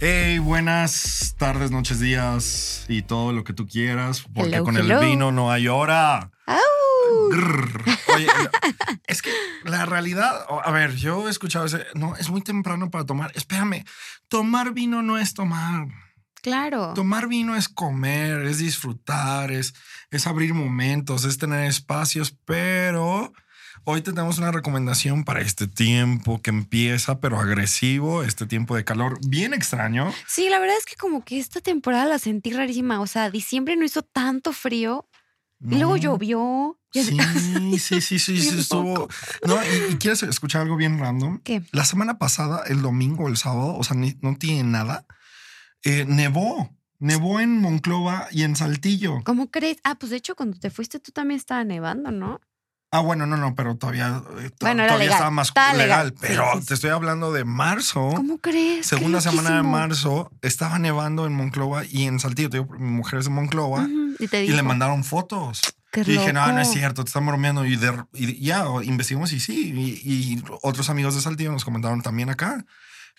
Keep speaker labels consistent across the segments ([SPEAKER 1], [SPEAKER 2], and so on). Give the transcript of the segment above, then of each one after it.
[SPEAKER 1] Hey, buenas tardes, noches, días y todo lo que tú quieras, porque
[SPEAKER 2] Hello,
[SPEAKER 1] con
[SPEAKER 2] hello.
[SPEAKER 1] el vino no hay hora. Grrr. Oye, no, es que la realidad, o- a ver, yo he escuchado ese, no, es muy temprano para tomar. Espérame, tomar vino no es tomar.
[SPEAKER 2] Claro.
[SPEAKER 1] Tomar vino es comer, es disfrutar, es, es abrir momentos, es tener espacios, pero hoy te tenemos una recomendación para este tiempo que empieza, pero agresivo, este tiempo de calor bien extraño.
[SPEAKER 3] Sí, la verdad es que como que esta temporada la sentí rarísima. O sea, diciembre no hizo tanto frío y luego
[SPEAKER 1] No.
[SPEAKER 3] llovió. Y así-
[SPEAKER 1] Sí, sí, sí, sí, sí,
[SPEAKER 3] Bien
[SPEAKER 1] estuvo. No, y, y quieres escuchar algo bien random.
[SPEAKER 3] ¿Qué?
[SPEAKER 1] La semana pasada, el domingo, el sábado, o sea, ni- no tiene nada. eh, nevó, nevó en Monclova y en Saltillo.
[SPEAKER 3] ¿Cómo crees? Ah, pues de hecho, cuando te fuiste tú también estaba nevando, ¿no?
[SPEAKER 1] Ah, bueno, no, no, pero todavía, eh, to-
[SPEAKER 3] Bueno, era
[SPEAKER 1] todavía
[SPEAKER 3] legal,
[SPEAKER 1] estaba más
[SPEAKER 3] estaba
[SPEAKER 1] legal.
[SPEAKER 3] legal, sí,
[SPEAKER 1] Pero
[SPEAKER 3] sí, sí.
[SPEAKER 1] te estoy hablando de marzo.
[SPEAKER 3] ¿Cómo crees? Qué
[SPEAKER 1] Segunda semana de
[SPEAKER 3] loquísimo.
[SPEAKER 1] marzo estaba nevando en Monclova y en Saltillo. Te digo, mi mujer es de Monclova
[SPEAKER 3] Ujú, Y te
[SPEAKER 1] y
[SPEAKER 3] dijo,
[SPEAKER 1] le mandaron fotos.
[SPEAKER 3] qué
[SPEAKER 1] Y dije, no,
[SPEAKER 3] loco".
[SPEAKER 1] no es cierto, te están bromeando. Y, de- y ya, o- investigamos y sí. Y, y otros amigos de Saltillo nos comentaron también acá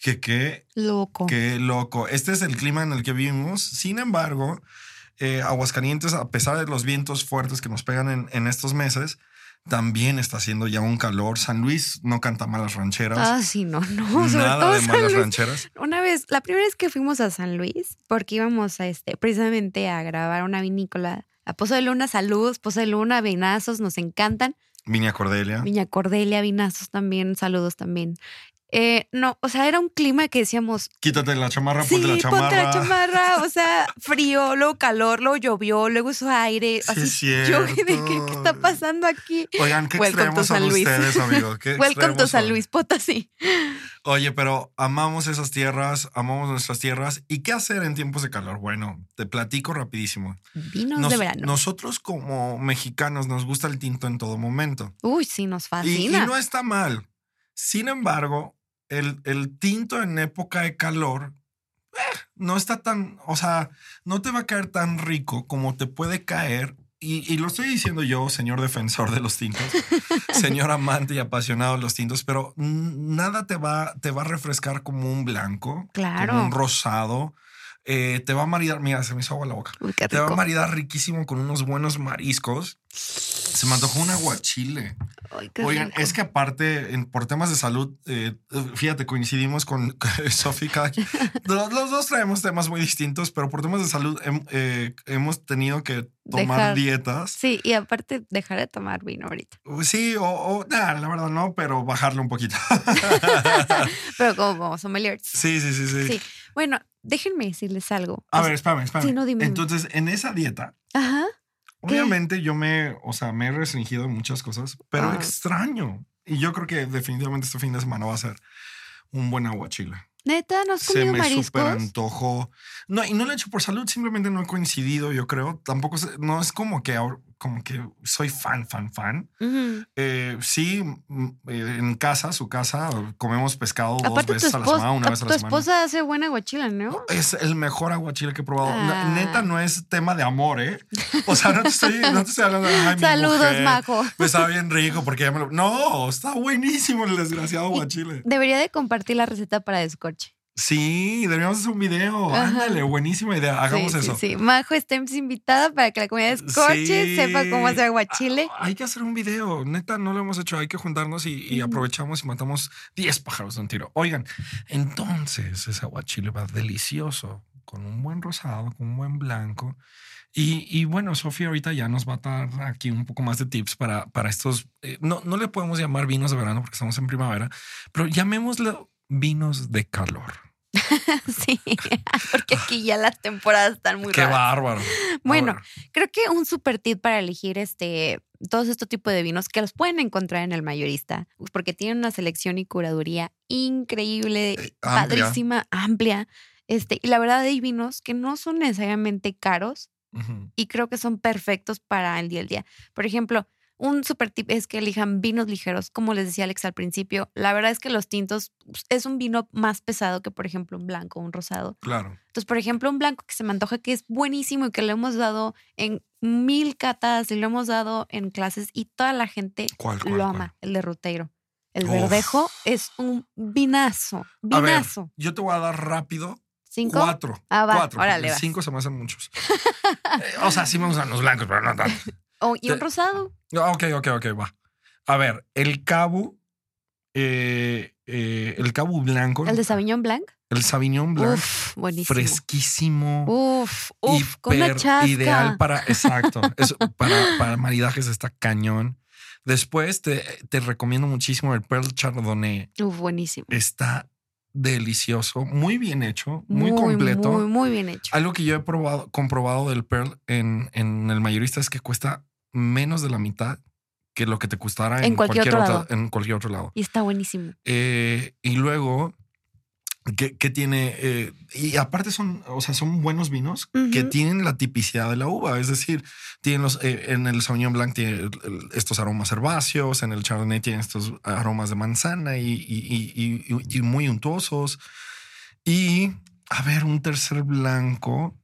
[SPEAKER 1] que qué
[SPEAKER 3] Loco.
[SPEAKER 1] qué loco. Este es el clima en el que vivimos. Sin embargo, eh, Aguascalientes, a pesar de los vientos fuertes que nos pegan en, en estos meses, también está haciendo ya un calor. San Luis no canta malas rancheras.
[SPEAKER 3] Ah, sí, no, no. Sobre
[SPEAKER 1] nada
[SPEAKER 3] todo
[SPEAKER 1] de
[SPEAKER 3] San
[SPEAKER 1] malas
[SPEAKER 3] Luis.
[SPEAKER 1] rancheras.
[SPEAKER 3] Una vez, la primera vez que fuimos a San Luis, porque íbamos a este, precisamente a grabar una vinícola. A Pozo de Luna, saludos, Pozo de Luna, vinazos, nos encantan.
[SPEAKER 1] Viña Cordelia.
[SPEAKER 3] Viña Cordelia, Vinazos también, saludos también. Eh, no, o sea, era un clima que decíamos,
[SPEAKER 1] Quítate la chamarra,
[SPEAKER 3] sí,
[SPEAKER 1] ponte la chamarra.
[SPEAKER 3] ponte la chamarra, o sea, frío, luego calor, luego llovió, luego hizo aire,
[SPEAKER 1] Sí,
[SPEAKER 3] así,
[SPEAKER 1] es
[SPEAKER 3] yo de qué, qué
[SPEAKER 1] cierto.
[SPEAKER 3] está pasando aquí?
[SPEAKER 1] Oigan, qué
[SPEAKER 3] Welcome to
[SPEAKER 1] extremos son
[SPEAKER 3] San Luis.
[SPEAKER 1] ustedes, amigo. ¿Qué
[SPEAKER 3] Welcome to
[SPEAKER 1] extremos
[SPEAKER 3] San
[SPEAKER 1] son?
[SPEAKER 3] Luis Potosí.
[SPEAKER 1] Oye, pero amamos esas tierras, amamos nuestras tierras. ¿Y qué hacer en tiempos de calor? Bueno, te platico rapidísimo.
[SPEAKER 3] Vinos
[SPEAKER 1] Nos-
[SPEAKER 3] de verano.
[SPEAKER 1] Nosotros como mexicanos nos gusta el tinto en todo momento.
[SPEAKER 3] Uy, sí, nos
[SPEAKER 1] Y, y
[SPEAKER 3] fascina.
[SPEAKER 1] no está mal. Sin embargo, el, el tinto en época de calor eh, no está tan, o sea, no te va a caer tan rico como te puede caer. Y, y lo estoy diciendo yo, señor defensor de los tintos, señor amante y apasionado de los tintos, pero mm, nada te va, te va a refrescar como un blanco, como
[SPEAKER 3] claro.
[SPEAKER 1] un rosado. Eh, te va a maridar, mira, se me hizo agua la boca.
[SPEAKER 3] Uy, qué
[SPEAKER 1] Te va a
[SPEAKER 3] rico.
[SPEAKER 1] maridar riquísimo con unos buenos mariscos. Se me antojó un aguachile.
[SPEAKER 3] Ay, qué
[SPEAKER 1] Oigan,
[SPEAKER 3] rico.
[SPEAKER 1] es que aparte, en- por temas de salud, eh, fíjate, coincidimos con Sofi. cada quien- Los, los dos traemos temas muy distintos, pero por temas de salud hem- eh, hemos tenido que tomar
[SPEAKER 3] Dejar.
[SPEAKER 1] dietas.
[SPEAKER 3] Sí, y aparte dejar de tomar vino ahorita.
[SPEAKER 1] Sí, o, o- nah, la verdad no, pero bajarle un poquito.
[SPEAKER 3] Pero como sommeliers.
[SPEAKER 1] sí, sí, sí, sí.
[SPEAKER 3] Sí. Bueno, déjenme decirles algo. O
[SPEAKER 1] A
[SPEAKER 3] sea,
[SPEAKER 1] ver, espérame, espérame.
[SPEAKER 3] Sí, no, dime, dime.
[SPEAKER 1] Entonces, en esa dieta,
[SPEAKER 3] Ajá. ¿Qué?
[SPEAKER 1] Obviamente yo me, o sea, me he restringido en muchas cosas, pero
[SPEAKER 3] Ah.
[SPEAKER 1] extraño. Y yo creo que definitivamente este fin de semana va a ser un buen aguachile.
[SPEAKER 3] Neta, ¿no has
[SPEAKER 1] Se
[SPEAKER 3] comido
[SPEAKER 1] me super
[SPEAKER 3] mariscos?
[SPEAKER 1] antojó. No, y no lo he hecho por salud, simplemente no he coincidido, yo creo. Tampoco, es- no es como que, ahor- como que soy fan, fan, fan.
[SPEAKER 3] Ujú.
[SPEAKER 1] Eh, sí, mm, eh, en casa, su casa, comemos pescado dos
[SPEAKER 3] Aparte, tu,
[SPEAKER 1] veces a la
[SPEAKER 3] espos-
[SPEAKER 1] semana, una vez a
[SPEAKER 3] tu
[SPEAKER 1] la semana.
[SPEAKER 3] esposa hace buena guachila, ¿no?
[SPEAKER 1] Es el mejor aguachile que he probado. Na-
[SPEAKER 3] Ah.
[SPEAKER 1] Neta, no es tema de amor, ¿eh? O sea, no te estoy, no te estoy hablando de. "Ay, mi
[SPEAKER 3] Saludos,
[SPEAKER 1] mujer,
[SPEAKER 3] Majo.
[SPEAKER 1] Pues estaba bien rico porque ya me lo. No, está buenísimo el desgraciado aguachile.
[SPEAKER 3] Debería de compartir la receta para descorche.
[SPEAKER 1] Sí, deberíamos hacer un video.
[SPEAKER 3] Ajá.
[SPEAKER 1] Ándale, buenísima idea. Hagamos
[SPEAKER 3] sí,
[SPEAKER 1] eso.
[SPEAKER 3] Sí, sí. Majo Stems invitada para que la comida descorche
[SPEAKER 1] Sí.
[SPEAKER 3] sepa cómo hacer aguachile.
[SPEAKER 1] Ah, Hay que hacer un video. Neta, no lo hemos hecho. Hay que juntarnos y, y aprovechamos y matamos 10 pájaros de un tiro. Oigan, entonces ese aguachile va delicioso con un buen rosado, con un buen blanco. Y, y bueno, Sofía ahorita ya nos va a dar aquí un poco más de tips para, para estos. eh, no, no le podemos llamar vinos de verano porque estamos en primavera, pero llamémoslo vinos de calor.
[SPEAKER 3] Sí, porque aquí ya las temporadas están muy
[SPEAKER 1] Qué
[SPEAKER 3] raras.
[SPEAKER 1] bárbaro.
[SPEAKER 3] Bueno,
[SPEAKER 1] A ver,
[SPEAKER 3] Creo que un super tip para elegir este todos estos tipos de vinos que los pueden encontrar en el mayorista, porque tienen una selección y curaduría increíble,
[SPEAKER 1] eh, amplia.
[SPEAKER 3] padrísima, amplia. Este, y la verdad hay vinos que no son necesariamente caros,
[SPEAKER 1] Ujú.
[SPEAKER 3] y creo que son perfectos para el día al día. Por ejemplo, un super tip es que elijan vinos ligeros, como les decía Alex al principio. La verdad es que los tintos pues, es un vino más pesado que, por ejemplo, un blanco o un rosado.
[SPEAKER 1] Claro.
[SPEAKER 3] Entonces, por ejemplo, un blanco que se me antoja que es buenísimo y que lo hemos dado en mil catas y lo hemos dado en clases y toda la gente
[SPEAKER 1] ¿Cuál, cuál,
[SPEAKER 3] lo
[SPEAKER 1] cuál?
[SPEAKER 3] ama, el de Roteiro. El
[SPEAKER 1] Uf.
[SPEAKER 3] verdejo es un vinazo,
[SPEAKER 1] A ver,
[SPEAKER 3] vinazo.
[SPEAKER 1] yo te voy a dar rápido
[SPEAKER 3] ¿Cinco?
[SPEAKER 1] cuatro.
[SPEAKER 3] Ah, va,
[SPEAKER 1] cuatro.
[SPEAKER 3] órale,
[SPEAKER 1] porque
[SPEAKER 3] vas.
[SPEAKER 1] cinco se me hacen muchos. Eh, o sea, sí me gustan los blancos, pero no tanto.
[SPEAKER 3] Oh, y un
[SPEAKER 1] te-
[SPEAKER 3] rosado.
[SPEAKER 1] Ah, Ok, ok, ok, va. A ver, el cabo, eh, eh, el cabo blanco,
[SPEAKER 3] El de Sauvignon Blanc.
[SPEAKER 1] el Sauvignon Blanc,
[SPEAKER 3] Uf, buenísimo.
[SPEAKER 1] fresquísimo.
[SPEAKER 3] Uf, uf, con una
[SPEAKER 1] hiper
[SPEAKER 3] chasca.
[SPEAKER 1] ideal para, exacto, es para, para maridajes está cañón. Después te, te recomiendo muchísimo el Pearl Chardonnay.
[SPEAKER 3] Uf, buenísimo.
[SPEAKER 1] Está delicioso, muy bien hecho, muy, completo.
[SPEAKER 3] Muy, muy bien hecho.
[SPEAKER 1] Algo que yo he probado, comprobado del Pearl en, en el mayorista es que cuesta menos de la mitad que lo que te costara en, cualquier, otro
[SPEAKER 3] lado.
[SPEAKER 1] en cualquier otro lado.
[SPEAKER 3] Y está buenísimo.
[SPEAKER 1] Eh, y luego, ¿qué, qué tiene? Eh, y aparte son, o sea, son buenos vinos que
[SPEAKER 3] Ujú.
[SPEAKER 1] tienen la tipicidad de la uva. Es decir, tienen los, eh, en el Sauvignon Blanc tiene el- el- estos aromas herbáceos, en el Chardonnay tiene estos aromas de manzana y, y- y- y- y muy untuosos. Y, a ver, un tercer blanco,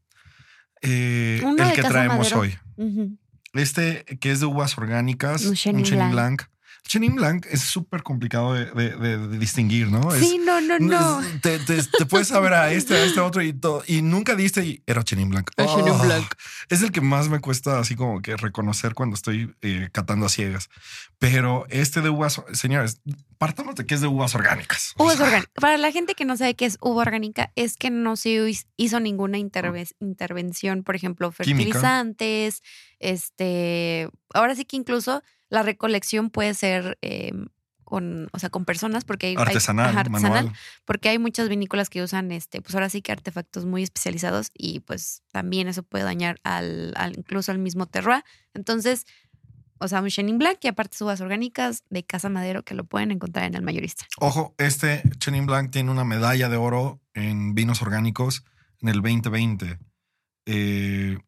[SPEAKER 1] eh,
[SPEAKER 3] Uno
[SPEAKER 1] el
[SPEAKER 3] de
[SPEAKER 1] que
[SPEAKER 3] Casa
[SPEAKER 1] traemos
[SPEAKER 3] Madero.
[SPEAKER 1] hoy.
[SPEAKER 3] Ujú.
[SPEAKER 1] Este que es de uvas orgánicas,
[SPEAKER 3] Un
[SPEAKER 1] un
[SPEAKER 3] Chenin
[SPEAKER 1] Chenin
[SPEAKER 3] Blanc.
[SPEAKER 1] Blanc. El Chenin Blanc es súper complicado de, de- de- de distinguir, ¿no? Es-
[SPEAKER 3] sí, no, no, no.
[SPEAKER 1] es- Te, te- te puedes saber a este, a este otro y todo. Y nunca diste y era Chenin Blanc.
[SPEAKER 3] Era Chenin
[SPEAKER 1] Ah,
[SPEAKER 3] Blanc.
[SPEAKER 1] Es el que más me cuesta así como que reconocer cuando estoy eh, catando a ciegas. Pero este de uvas, señores, partamos de que es de uvas orgánicas. O
[SPEAKER 3] Uvas
[SPEAKER 1] sea,
[SPEAKER 3] orgánicas. Para la gente que no sabe qué es uva orgánica, es que no se hiz- hizo ninguna interve- intervención, por ejemplo,
[SPEAKER 1] Ah. Química.
[SPEAKER 3] fertilizantes, este, ahora sí que incluso la recolección puede ser eh, con, o sea, con personas, porque hay, hay-
[SPEAKER 1] Artesanal,
[SPEAKER 3] ajá, artesanal,
[SPEAKER 1] manual.
[SPEAKER 3] porque hay muchas vinícolas que usan este, pues ahora sí que artefactos muy especializados y pues también eso puede dañar al, al- incluso al mismo terroir. Entonces, o sea, un Chenin Blanc y aparte uvas orgánicas de Casa Madero que lo pueden encontrar en el mayorista.
[SPEAKER 1] Ojo, este Chenin Blanc tiene una medalla de oro en vinos orgánicos en el 2020 eh,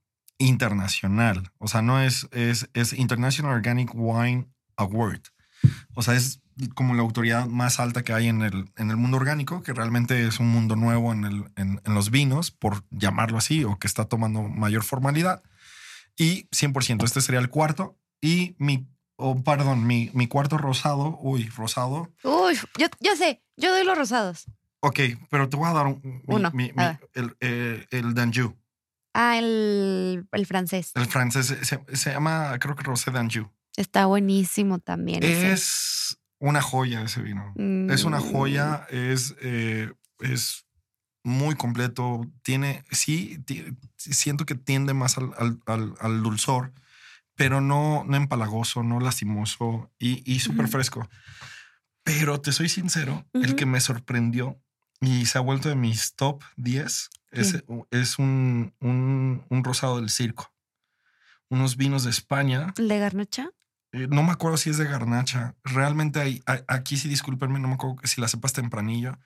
[SPEAKER 1] internacional. O sea, no es, es, es International Organic Wine Award. O sea, es como la autoridad más alta que hay en el, en el mundo orgánico, que realmente es un mundo nuevo en, el, en, en los vinos, por llamarlo así, o que está tomando mayor formalidad. Y 100%, este sería el cuarto. Y mi, oh, perdón, mi, mi cuarto rosado, uy, rosado,
[SPEAKER 3] Uy, yo, yo sé, yo doy los rosados.
[SPEAKER 1] Ok, pero te voy a dar un, mi-
[SPEAKER 3] Uno,
[SPEAKER 1] mi-
[SPEAKER 3] a ver.
[SPEAKER 1] mi- el, eh, el Danjou.
[SPEAKER 3] Ah, el, el francés.
[SPEAKER 1] El francés se, se llama, creo que Rosé Danjou.
[SPEAKER 3] Está buenísimo también. ese.
[SPEAKER 1] Es una joya ese vino.
[SPEAKER 3] Mm.
[SPEAKER 1] Es una joya, es, eh, es muy completo. Tiene, sí, ti- siento que tiende más al, al- al- al dulzor, pero no, no empalagoso, no lastimoso y, y súper
[SPEAKER 3] Ujú.
[SPEAKER 1] fresco. Pero te soy sincero,
[SPEAKER 3] Ujú.
[SPEAKER 1] el que me sorprendió y se ha vuelto de mis top 10 es, es un, un, un rosado del circo. Unos vinos de España.
[SPEAKER 3] ¿El de garnacha?
[SPEAKER 1] Eh, no me acuerdo si es de garnacha. Realmente hay, a- aquí sí, discúlpenme, no me acuerdo si la sepas tempranillo.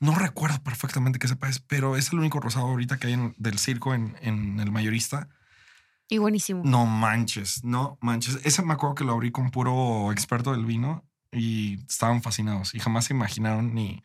[SPEAKER 1] No recuerdo perfectamente qué sepa es, pero es el único rosado ahorita que hay en- del circo en, en el mayorista.
[SPEAKER 3] Y buenísimo.
[SPEAKER 1] No manches, no manches. Ese me acuerdo que lo abrí con puro experto del vino y estaban fascinados y jamás se imaginaron ni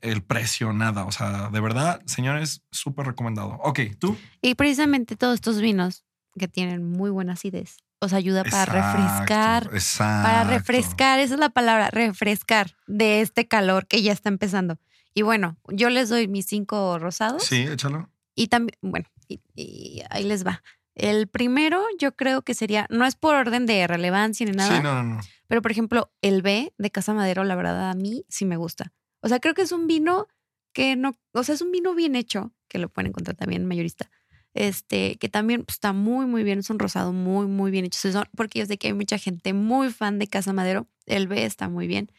[SPEAKER 1] el precio, nada. O sea, de verdad, señores, súper recomendado. Ok, tú.
[SPEAKER 3] Y precisamente todos estos vinos que tienen muy buena acidez, os ayuda para refrescar.
[SPEAKER 1] Exacto, exacto.
[SPEAKER 3] Para refrescar, esa es la palabra, refrescar de este calor que ya está empezando. Y bueno, yo les doy mis cinco rosados.
[SPEAKER 1] Sí, échalo.
[SPEAKER 3] Y también, bueno, y, y ahí les va. El primero yo creo que sería, no es por orden de relevancia ni nada,
[SPEAKER 1] Sí, no, no, no.
[SPEAKER 3] Pero, por ejemplo, el B de Casa Madero, la verdad, a mí sí me gusta. O sea, creo que es un vino que no, o sea, es un vino bien hecho, que lo pueden encontrar también en mayorista. Este, que también pues, está muy, muy bien, es un rosado muy, muy bien hecho. O sea, son- porque yo sé que hay mucha gente muy fan de Casa Madero. El B está muy bien.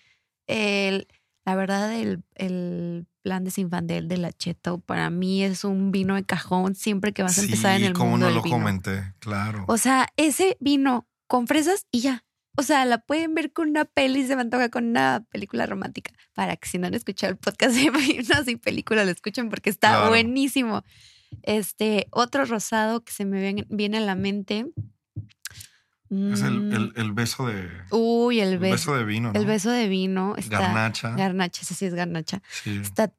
[SPEAKER 3] El, la verdad, el, el plan de Sinfandel de la Cheto, para mí es un vino de cajón siempre que vas a empezar en el
[SPEAKER 1] como
[SPEAKER 3] mundo
[SPEAKER 1] no
[SPEAKER 3] del
[SPEAKER 1] lo
[SPEAKER 3] vino.
[SPEAKER 1] comenté, claro.
[SPEAKER 3] O sea, ese vino con fresas y ya. O sea, la pueden ver con una peli, se me antoja con una película romántica. Para que si no han escuchado el podcast de vinos y películas, lo escuchen porque está
[SPEAKER 1] Claro.
[SPEAKER 3] buenísimo. Este, otro rosado que se me ven- viene a la mente.
[SPEAKER 1] Es el,
[SPEAKER 3] Mm,
[SPEAKER 1] el- el beso de.
[SPEAKER 3] uy, el
[SPEAKER 1] El beso
[SPEAKER 3] beso.
[SPEAKER 1] de vino. ¿no?
[SPEAKER 3] El beso de vino. Está,
[SPEAKER 1] Garnacha. Mm.
[SPEAKER 3] Garnacha, ese sí es garnacha.
[SPEAKER 1] sí.
[SPEAKER 3] Está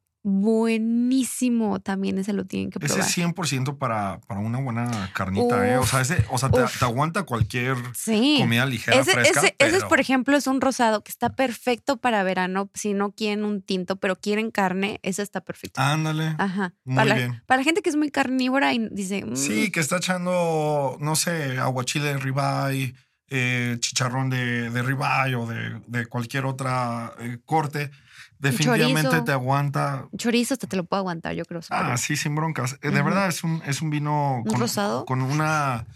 [SPEAKER 3] buenísimo también, ese lo tienen que
[SPEAKER 1] Ese
[SPEAKER 3] probar.
[SPEAKER 1] es 100% para, para una buena carnita, ¿eh? O
[SPEAKER 3] Uf,
[SPEAKER 1] sea, ese, o sea te,
[SPEAKER 3] uf.
[SPEAKER 1] te aguanta cualquier
[SPEAKER 3] sí.
[SPEAKER 1] comida ligera,
[SPEAKER 3] Ese,
[SPEAKER 1] fresca.
[SPEAKER 3] ese- ese es,
[SPEAKER 1] pero-
[SPEAKER 3] por ejemplo, es un rosado que está perfecto para verano. Si no quieren un tinto, pero quieren carne, ese está perfecto.
[SPEAKER 1] Ándale.
[SPEAKER 3] Ajá.
[SPEAKER 1] Ah, muy
[SPEAKER 3] Ah, para,
[SPEAKER 1] bien.
[SPEAKER 3] La, para la gente que es muy carnívora y dice, "Mm,
[SPEAKER 1] Sí, que está echando, no sé, aguachile de ribeye, eh, chicharrón de, de ribeye o de, de cualquier otra eh, corte. Definitivamente
[SPEAKER 3] Chorizo.
[SPEAKER 1] te aguanta.
[SPEAKER 3] chorizo hasta te lo puedo aguantar, yo creo. sin
[SPEAKER 1] Ah,
[SPEAKER 3] problema".
[SPEAKER 1] sí, sin broncas. Eh, De
[SPEAKER 3] Ujú.
[SPEAKER 1] verdad es un, es un vino
[SPEAKER 3] ¿Un rosado?
[SPEAKER 1] con una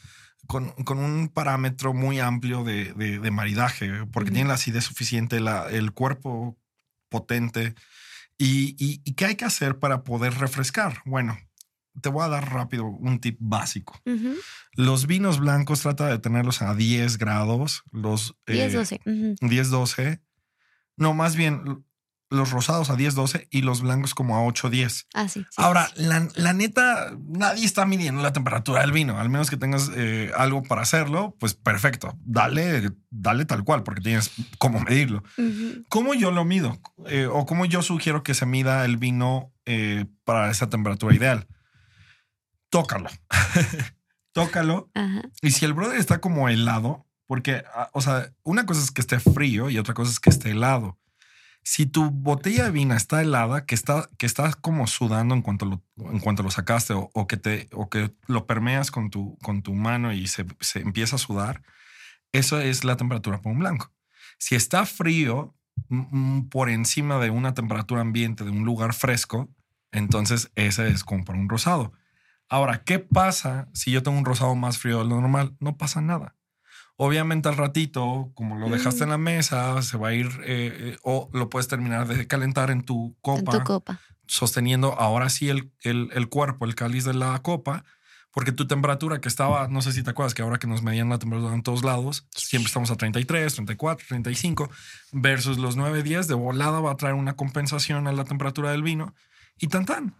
[SPEAKER 1] con, con un parámetro muy amplio de, de- de maridaje, porque
[SPEAKER 3] Ujú.
[SPEAKER 1] tiene la acidez suficiente, la- el cuerpo potente. Y, y- ¿Y qué hay que hacer para poder refrescar? Bueno, te voy a dar rápido un tip básico.
[SPEAKER 3] Ujú.
[SPEAKER 1] Los vinos blancos trata de tenerlos a 10 grados, los
[SPEAKER 3] 10,
[SPEAKER 1] eh,
[SPEAKER 3] 12. ujú.
[SPEAKER 1] 10, 12. No, más bien l- los rosados a 10, 12 y los blancos como a 8, 10.
[SPEAKER 3] Ah, sí. sí, sí,
[SPEAKER 1] Ahora,
[SPEAKER 3] sí.
[SPEAKER 1] la, la neta, nadie está midiendo la temperatura del vino, al menos que tengas eh, algo para hacerlo, pues perfecto, dale, dale tal cual, porque tienes cómo medirlo.
[SPEAKER 3] Ujú.
[SPEAKER 1] ¿Cómo yo lo mido? Eh, o cómo yo sugiero que se mida el vino eh, para esa temperatura ideal. Tócalo. Tócalo.
[SPEAKER 3] Ajá.
[SPEAKER 1] Y si el brother está como helado, porque, ah, o sea, una cosa es que esté frío y otra cosa es que esté helado. Si tu botella de vino está helada, que está, que estás como sudando en cuanto lo, en cuanto lo sacaste o, o que te, o que lo permeas con tu, con tu mano y se, se empieza a sudar, eso es la temperatura para un blanco. Si está frío mm, mm, por encima de una temperatura ambiente de un lugar fresco, entonces ese es como para un rosado. Ahora, ¿qué pasa si yo tengo un rosado más frío de lo normal? No pasa nada. Obviamente al ratito, como lo dejaste
[SPEAKER 3] Mm.
[SPEAKER 1] en la mesa, se va a ir eh, eh, o lo puedes terminar de calentar en tu
[SPEAKER 3] En
[SPEAKER 1] copa,
[SPEAKER 3] tu copa.
[SPEAKER 1] sosteniendo ahora sí el, el- el cuerpo, el cáliz de la copa, porque tu temperatura que estaba, no sé si te acuerdas, que ahora que nos medían la temperatura en todos lados, siempre estamos a 33, 34, 35, versus los 9, 10, de volada va a traer una compensación a la temperatura del vino y tan tan.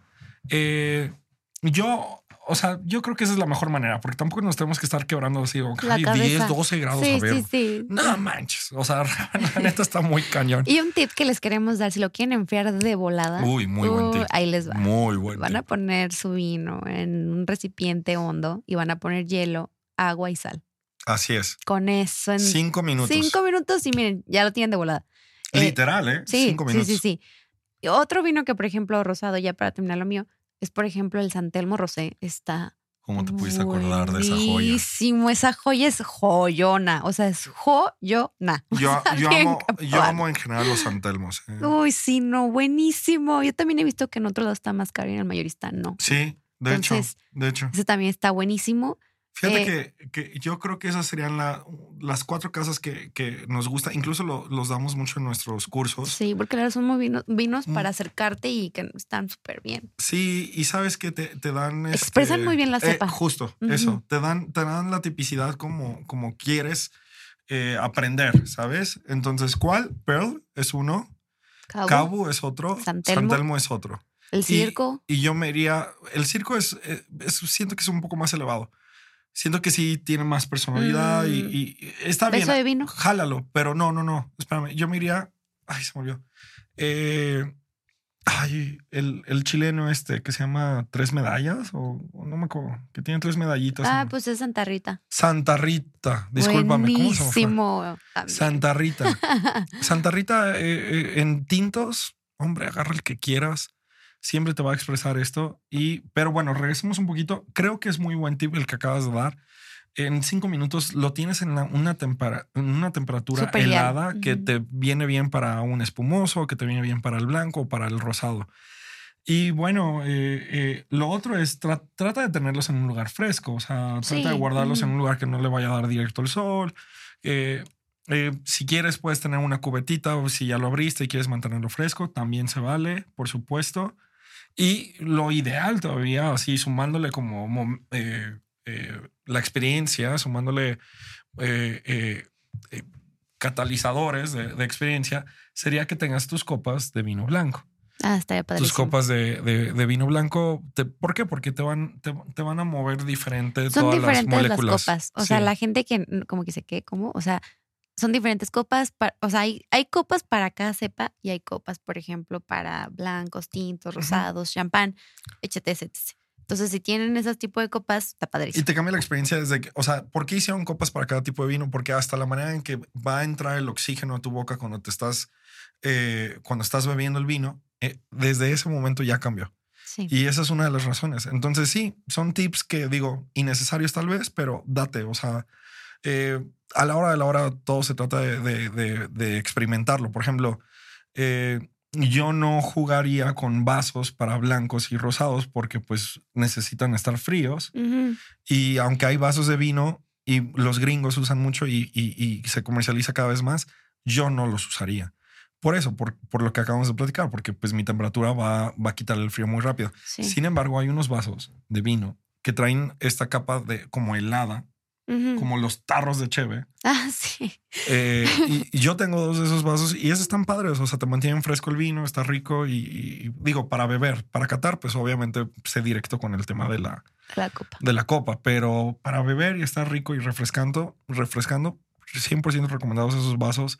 [SPEAKER 1] Eh, yo, o sea, yo creo que esa es la mejor manera, porque tampoco nos tenemos que estar quebrando así, o
[SPEAKER 3] La
[SPEAKER 1] "Ay, 10,
[SPEAKER 3] cabeza".
[SPEAKER 1] 12 grados
[SPEAKER 3] Sí,
[SPEAKER 1] a ver.
[SPEAKER 3] sí, sí.
[SPEAKER 1] No manches, o sea, la neta está muy cañón.
[SPEAKER 3] Y un tip que les queremos dar, si lo quieren enfriar de volada,
[SPEAKER 1] Uy, muy buen
[SPEAKER 3] uh,
[SPEAKER 1] tip.
[SPEAKER 3] ahí les va.
[SPEAKER 1] Muy bueno.
[SPEAKER 3] Van a poner su vino en un recipiente hondo y van a poner hielo, agua y sal.
[SPEAKER 1] Así es.
[SPEAKER 3] Con eso en
[SPEAKER 1] Cinco minutos.
[SPEAKER 3] cinco minutos y miren, ya lo tienen de volada. Eh,
[SPEAKER 1] Literal, ¿eh?
[SPEAKER 3] sí,
[SPEAKER 1] Cinco
[SPEAKER 3] sí,
[SPEAKER 1] minutos.
[SPEAKER 3] sí, sí. Y Otro vino que, por ejemplo, rosado, ya para terminar lo mío, es por ejemplo el Santelmo Rosé. Está.
[SPEAKER 1] ¿Cómo te pudiste acordar de esa joya?
[SPEAKER 3] buenísimo, Esa joya es joyona. O sea, es joyona.
[SPEAKER 1] Yo, yo
[SPEAKER 3] Bien
[SPEAKER 1] amo, yo
[SPEAKER 3] capaz.
[SPEAKER 1] amo en general los santelmos. ¿eh?
[SPEAKER 3] Uy, sí, no, buenísimo. Yo también he visto que en otro lado está más caro y en el mayorista no.
[SPEAKER 1] Sí, de
[SPEAKER 3] Entonces- eh,
[SPEAKER 1] hecho, de hecho.
[SPEAKER 3] Ese también está buenísimo.
[SPEAKER 1] Fíjate que, que yo creo que esas serían la- las cuatro casas que, que nos gusta. Incluso lo- los damos mucho en nuestros cursos.
[SPEAKER 3] Sí, porque claro, son muy vino- vinos
[SPEAKER 1] Pues Mm.
[SPEAKER 3] para acercarte y que están súper bien.
[SPEAKER 1] Sí, y sabes que te, te dan. este,
[SPEAKER 3] Expresan muy bien la
[SPEAKER 1] eh,
[SPEAKER 3] cepa.
[SPEAKER 1] justo,
[SPEAKER 3] Ujú.
[SPEAKER 1] eso. Te dan, te dan la tipicidad como, como quieres eh, aprender, ¿sabes? Entonces, ¿cuál? Pearl es uno,
[SPEAKER 3] Cabo,
[SPEAKER 1] Cabo es otro,
[SPEAKER 3] San Telmo.
[SPEAKER 1] Santelmo es otro.
[SPEAKER 3] el circo.
[SPEAKER 1] Y yo me iría. El circo es, eh, es- Siento que es un poco más elevado. Siento que sí tiene más personalidad y,
[SPEAKER 3] Mm.
[SPEAKER 1] y- y está
[SPEAKER 3] Beso de
[SPEAKER 1] bien.
[SPEAKER 3] vino.
[SPEAKER 1] Jálalo, pero no, no, no. Espérame. Yo me iría. Ay, se me olvidó. Eh, ay, el, el chileno este que se llama Tres Medallas o, o no me acuerdo, que tiene tres medallitas.
[SPEAKER 3] Ah,
[SPEAKER 1] en-
[SPEAKER 3] pues es Santa Rita.
[SPEAKER 1] Santa Rita. Discúlpame, ¿cómo se me fue?
[SPEAKER 3] Buenísimo. Ah, también.
[SPEAKER 1] Santa Rita. Santa Rita eh, eh, en tintos, hombre, agarra el que quieras. Siempre te va a expresar esto. Y, pero bueno, regresemos un poquito. Creo que es muy buen tip el que acabas de dar. En cinco minutos lo tienes en la- una, tempera- en una temperatura
[SPEAKER 3] Súper ideal.
[SPEAKER 1] helada que
[SPEAKER 3] Ujú.
[SPEAKER 1] te viene bien para un espumoso, que te viene bien para el blanco o para el rosado. Y bueno, eh, eh, lo otro es tra- trata de tenerlos en un lugar fresco, o sea, trata de
[SPEAKER 3] Sí,
[SPEAKER 1] guardarlos en
[SPEAKER 3] ujú.
[SPEAKER 1] un lugar que no le vaya a dar directo el sol. Eh, eh, si quieres, puedes tener una cubetita o si ya lo abriste y quieres mantenerlo fresco, también se vale, por supuesto. Y lo ideal todavía, así sumándole como mom- eh, eh, la experiencia, sumándole eh, eh, eh, catalizadores de, de experiencia, sería que tengas tus copas de vino blanco.
[SPEAKER 3] Ah, estaría
[SPEAKER 1] tus
[SPEAKER 3] padrísimo.
[SPEAKER 1] copas de, de- de vino blanco. Te- ¿Por qué? Porque te van, te, te van a mover diferente
[SPEAKER 3] Son
[SPEAKER 1] todas las
[SPEAKER 3] diferentes las,
[SPEAKER 1] moléculas.
[SPEAKER 3] copas. O sea,
[SPEAKER 1] Sí.
[SPEAKER 3] la gente que n- como que se quede como, o sea, son diferentes copas. pa- o sea, hay, hay copas para cada cepa y hay copas, por ejemplo, para blancos, tintos, rosados, champán, etc, etc. Entonces, si tienen esos tipos de copas, está
[SPEAKER 1] Y
[SPEAKER 3] padrísimo.
[SPEAKER 1] te cambia la experiencia desde que, o sea, ¿por qué hicieron copas para cada tipo de vino? Porque hasta la manera en que va a entrar el oxígeno a tu boca cuando te estás, eh, cuando estás bebiendo el vino, eh, desde ese momento ya cambió.
[SPEAKER 3] Sí.
[SPEAKER 1] Y esa es una de las razones. Entonces, sí, son tips que digo, innecesarios tal vez, pero date. O sea, eh, a la hora de la hora todo se trata de, de- de- de experimentarlo. Por ejemplo, eh, yo no jugaría con vasos para blancos y rosados porque pues necesitan estar fríos.
[SPEAKER 3] Ujú.
[SPEAKER 1] Y aunque hay vasos de vino y los gringos usan mucho y, y- y se comercializa cada vez más, yo no los usaría. Por eso, por, por lo que acabamos de platicar, porque pues mi temperatura va, va a quitar el frío muy rápido.
[SPEAKER 3] Sí.
[SPEAKER 1] Sin embargo, hay unos vasos de vino que traen esta capa de como helada,
[SPEAKER 3] Ujú.
[SPEAKER 1] como los tarros de cheve.
[SPEAKER 3] Ah, sí.
[SPEAKER 1] Eh, y, y yo tengo dos de esos vasos y esos están padres. O sea, te mantienen fresco el vino, está rico y, y digo, para beber, para catar, pues obviamente sé directo con el tema de la,
[SPEAKER 3] La copa.
[SPEAKER 1] de la copa, pero para beber y estar rico y refrescando, refrescando, 100% recomendados esos vasos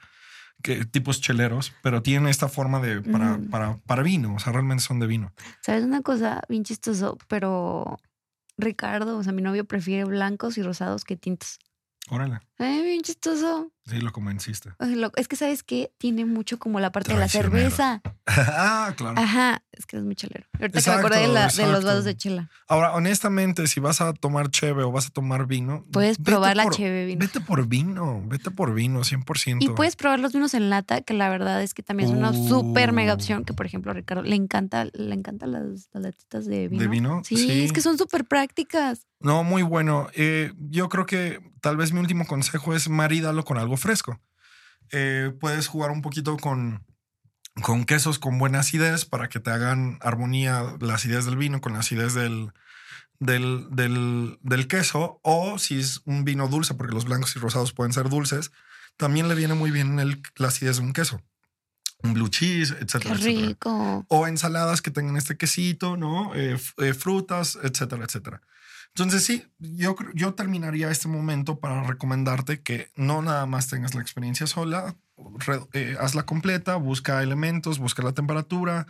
[SPEAKER 1] que tipos cheleros, pero tienen esta forma de para,
[SPEAKER 3] Ujú.
[SPEAKER 1] para, para vino, o sea, realmente son de vino.
[SPEAKER 3] ¿Sabes una cosa bien chistoso? Pero Ricardo, o sea, mi novio prefiere blancos y rosados que tintos.
[SPEAKER 1] Órale,
[SPEAKER 3] Ay, bien chistoso.
[SPEAKER 1] sí lo convenciste.
[SPEAKER 3] Ay, lo- Es que sabes que tiene mucho como la parte de la
[SPEAKER 1] Traicionero.
[SPEAKER 3] cerveza.
[SPEAKER 1] ah, claro.
[SPEAKER 3] Ajá, es que eres muy chelero. Ahorita
[SPEAKER 1] Exacto,
[SPEAKER 3] que me acordé de, la- de los
[SPEAKER 1] exacto.
[SPEAKER 3] vasos de chela.
[SPEAKER 1] Ahora, honestamente, si vas a tomar cheve o vas a tomar vino,
[SPEAKER 3] Puedes
[SPEAKER 1] vete
[SPEAKER 3] probar la
[SPEAKER 1] por-
[SPEAKER 3] cheve vino.
[SPEAKER 1] Vete por vino, vete por vino, 100%.
[SPEAKER 3] Y puedes probar los vinos en lata, que la verdad es que también es una
[SPEAKER 1] Uh.
[SPEAKER 3] súper mega opción. Que por ejemplo, a Ricardo le encanta, le encantan las, las latitas de vino.
[SPEAKER 1] ¿De vino?
[SPEAKER 3] Sí, es que son súper prácticas.
[SPEAKER 1] No, muy bueno. Eh, yo creo que tal vez mi último consejo es marídalo con algo fresco. Eh, puedes jugar un poquito con, con quesos con buena acidez para que te hagan armonía la acidez del vino con la acidez del, del, del, del queso. O si es un vino dulce, porque los blancos y rosados pueden ser dulces, también le viene muy bien el- la acidez de un queso. Un blue cheese, etcétera,
[SPEAKER 3] Qué
[SPEAKER 1] etcétera
[SPEAKER 3] rico.
[SPEAKER 1] o ensaladas que tengan este quesito, ¿no? Eh, f- eh, frutas, etcétera, etcétera. Entonces sí, yo, cre- yo terminaría este momento para recomendarte que no nada más tengas la experiencia sola, re- eh, hazla completa, busca elementos, busca la temperatura,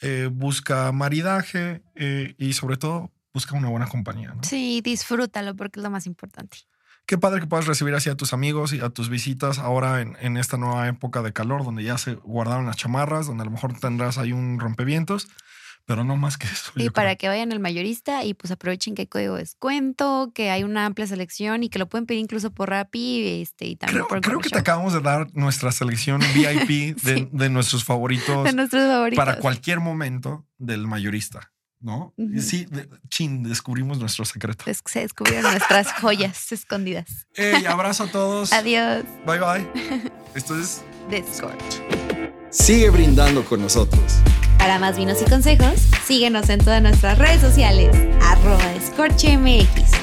[SPEAKER 1] eh, busca maridaje eh, y sobre todo busca una buena compañía. ¿no?
[SPEAKER 3] Sí, disfrútalo porque es lo más importante.
[SPEAKER 1] Qué padre que puedas recibir así a tus amigos y a tus visitas ahora en, en esta nueva época de calor, donde ya se guardaron las chamarras, donde a lo mejor tendrás ahí un rompevientos, pero no más que eso.
[SPEAKER 3] Y
[SPEAKER 1] Pues yo
[SPEAKER 3] para
[SPEAKER 1] creo.
[SPEAKER 3] que vayan al mayorista y pues aprovechen que hay código de descuento, que hay una amplia selección y que lo pueden pedir incluso por Rappi este, y también
[SPEAKER 1] Creo,
[SPEAKER 3] por
[SPEAKER 1] creo que te
[SPEAKER 3] Cornershop.
[SPEAKER 1] acabamos de dar nuestra selección VIP de,
[SPEAKER 3] Sí.
[SPEAKER 1] de nuestros favoritos
[SPEAKER 3] De nuestros favoritos.
[SPEAKER 1] para cualquier momento del mayorista, ¿no?
[SPEAKER 3] Ujú.
[SPEAKER 1] Sí, de- chin, descubrimos nuestro secreto.
[SPEAKER 3] Pues que se descubrieron nuestras joyas escondidas.
[SPEAKER 1] Hey, abrazo a todos.
[SPEAKER 3] Adiós,
[SPEAKER 1] Bye bye. Esto es
[SPEAKER 3] Discord.
[SPEAKER 4] Sigue brindando con nosotros.
[SPEAKER 2] Para más vinos y consejos, síguenos en todas nuestras redes sociales. Arroba Escorche MX.